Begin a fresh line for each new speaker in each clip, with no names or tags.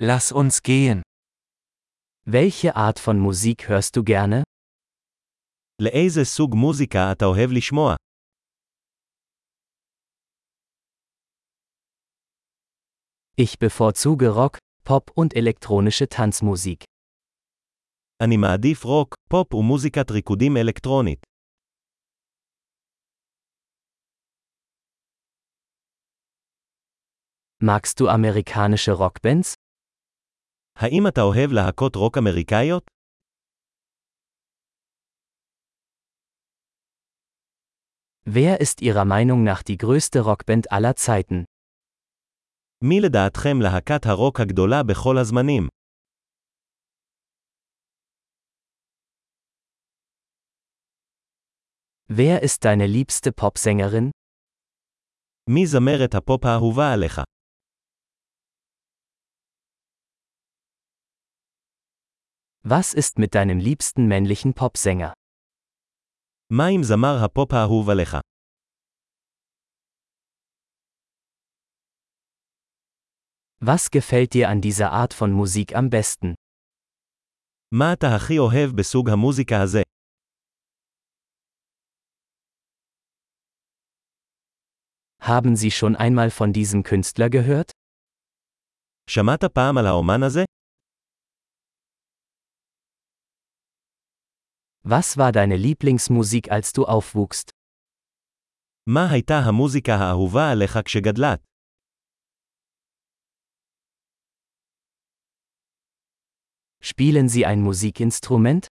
Lass uns gehen.
welche Art von Musik hörst du gerne?
לאיזה סוג מוזיקה אתה אוהב לשמוע?
Ich bevorzuge Rock, Pop und elektronische Tanzmusik.
אני מעדיף רוק, פופ ומוזיקת ריקודים אלקטרונית.
Magst du amerikanische Rockbands?
האם אתה אוהב להקות רוק אמריקאיות?
Wer ist Ihrer Meinung nach die größte Rockband aller Zeiten?
מי לדעתכם להקת הרוק הגדולה בכל הזמנים?
Wer ist deine liebste Popsängerin?
מי זמרת הפופ האהובה עליך?
Was ist mit deinem liebsten männlichen Popsänger?
מה עם זמר הפופ האהוב עליך?
Was gefällt dir an dieser Art von Musik am besten?
מה אתה הכי אוהב בסוג המוזיקה הזה?
Haben Sie schon einmal von diesem Künstler gehört?
שמעת פעם על האומן הזה?
Was war deine Lieblingsmusik, als du aufwuchst?
מה הייתה המוזיקה האהובה עליך כשגדלת?
Spielen Sie ein Musikinstrument?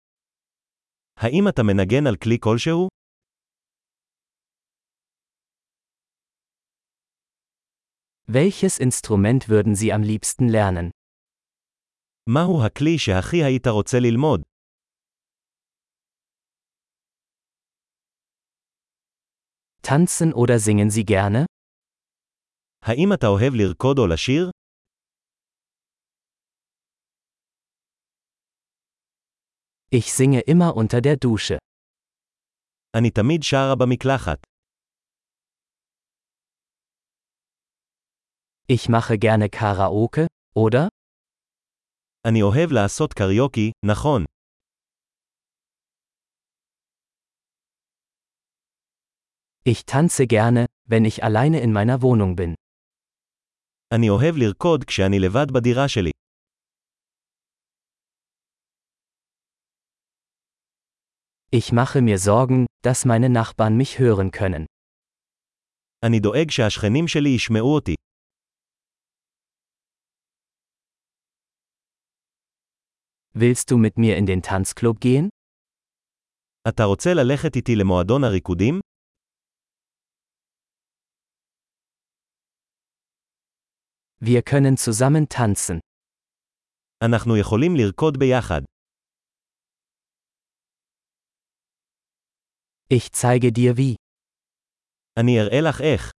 האם אתה מנגן על כלי כלשהו?
Welches Instrument würden Sie am liebsten lernen?
מהו הכלי שהכי היית רוצה ללמוד?
Tanzen oder singen Sie gerne?
האם אתה אוהב לרקוד או לשיר?
Ich singe immer unter der Dusche.
אני תמיד שרה במקלחת.
Ich mache gerne Karaoke, oder?
אני אוהב לעשות קריוקי, נכון.
Ich tanze gerne, wenn ich alleine in meiner Wohnung bin.
אני אוהב לרקוד כשאני לבד בדירה שלי.
Ich mache mir Sorgen, dass meine Nachbarn mich hören können.
אני דואג שהשכנים שלי ישמעו אותי.
Willst du mit mir in den Tanzclub gehen?
אתה רוצה ללכת איתי למועדון הריקודים?
Wir können zusammen tanzen.
אנחנו יכולים לרקוד ביחד.
Ich zeige dir wie.
אני אראה לך איך.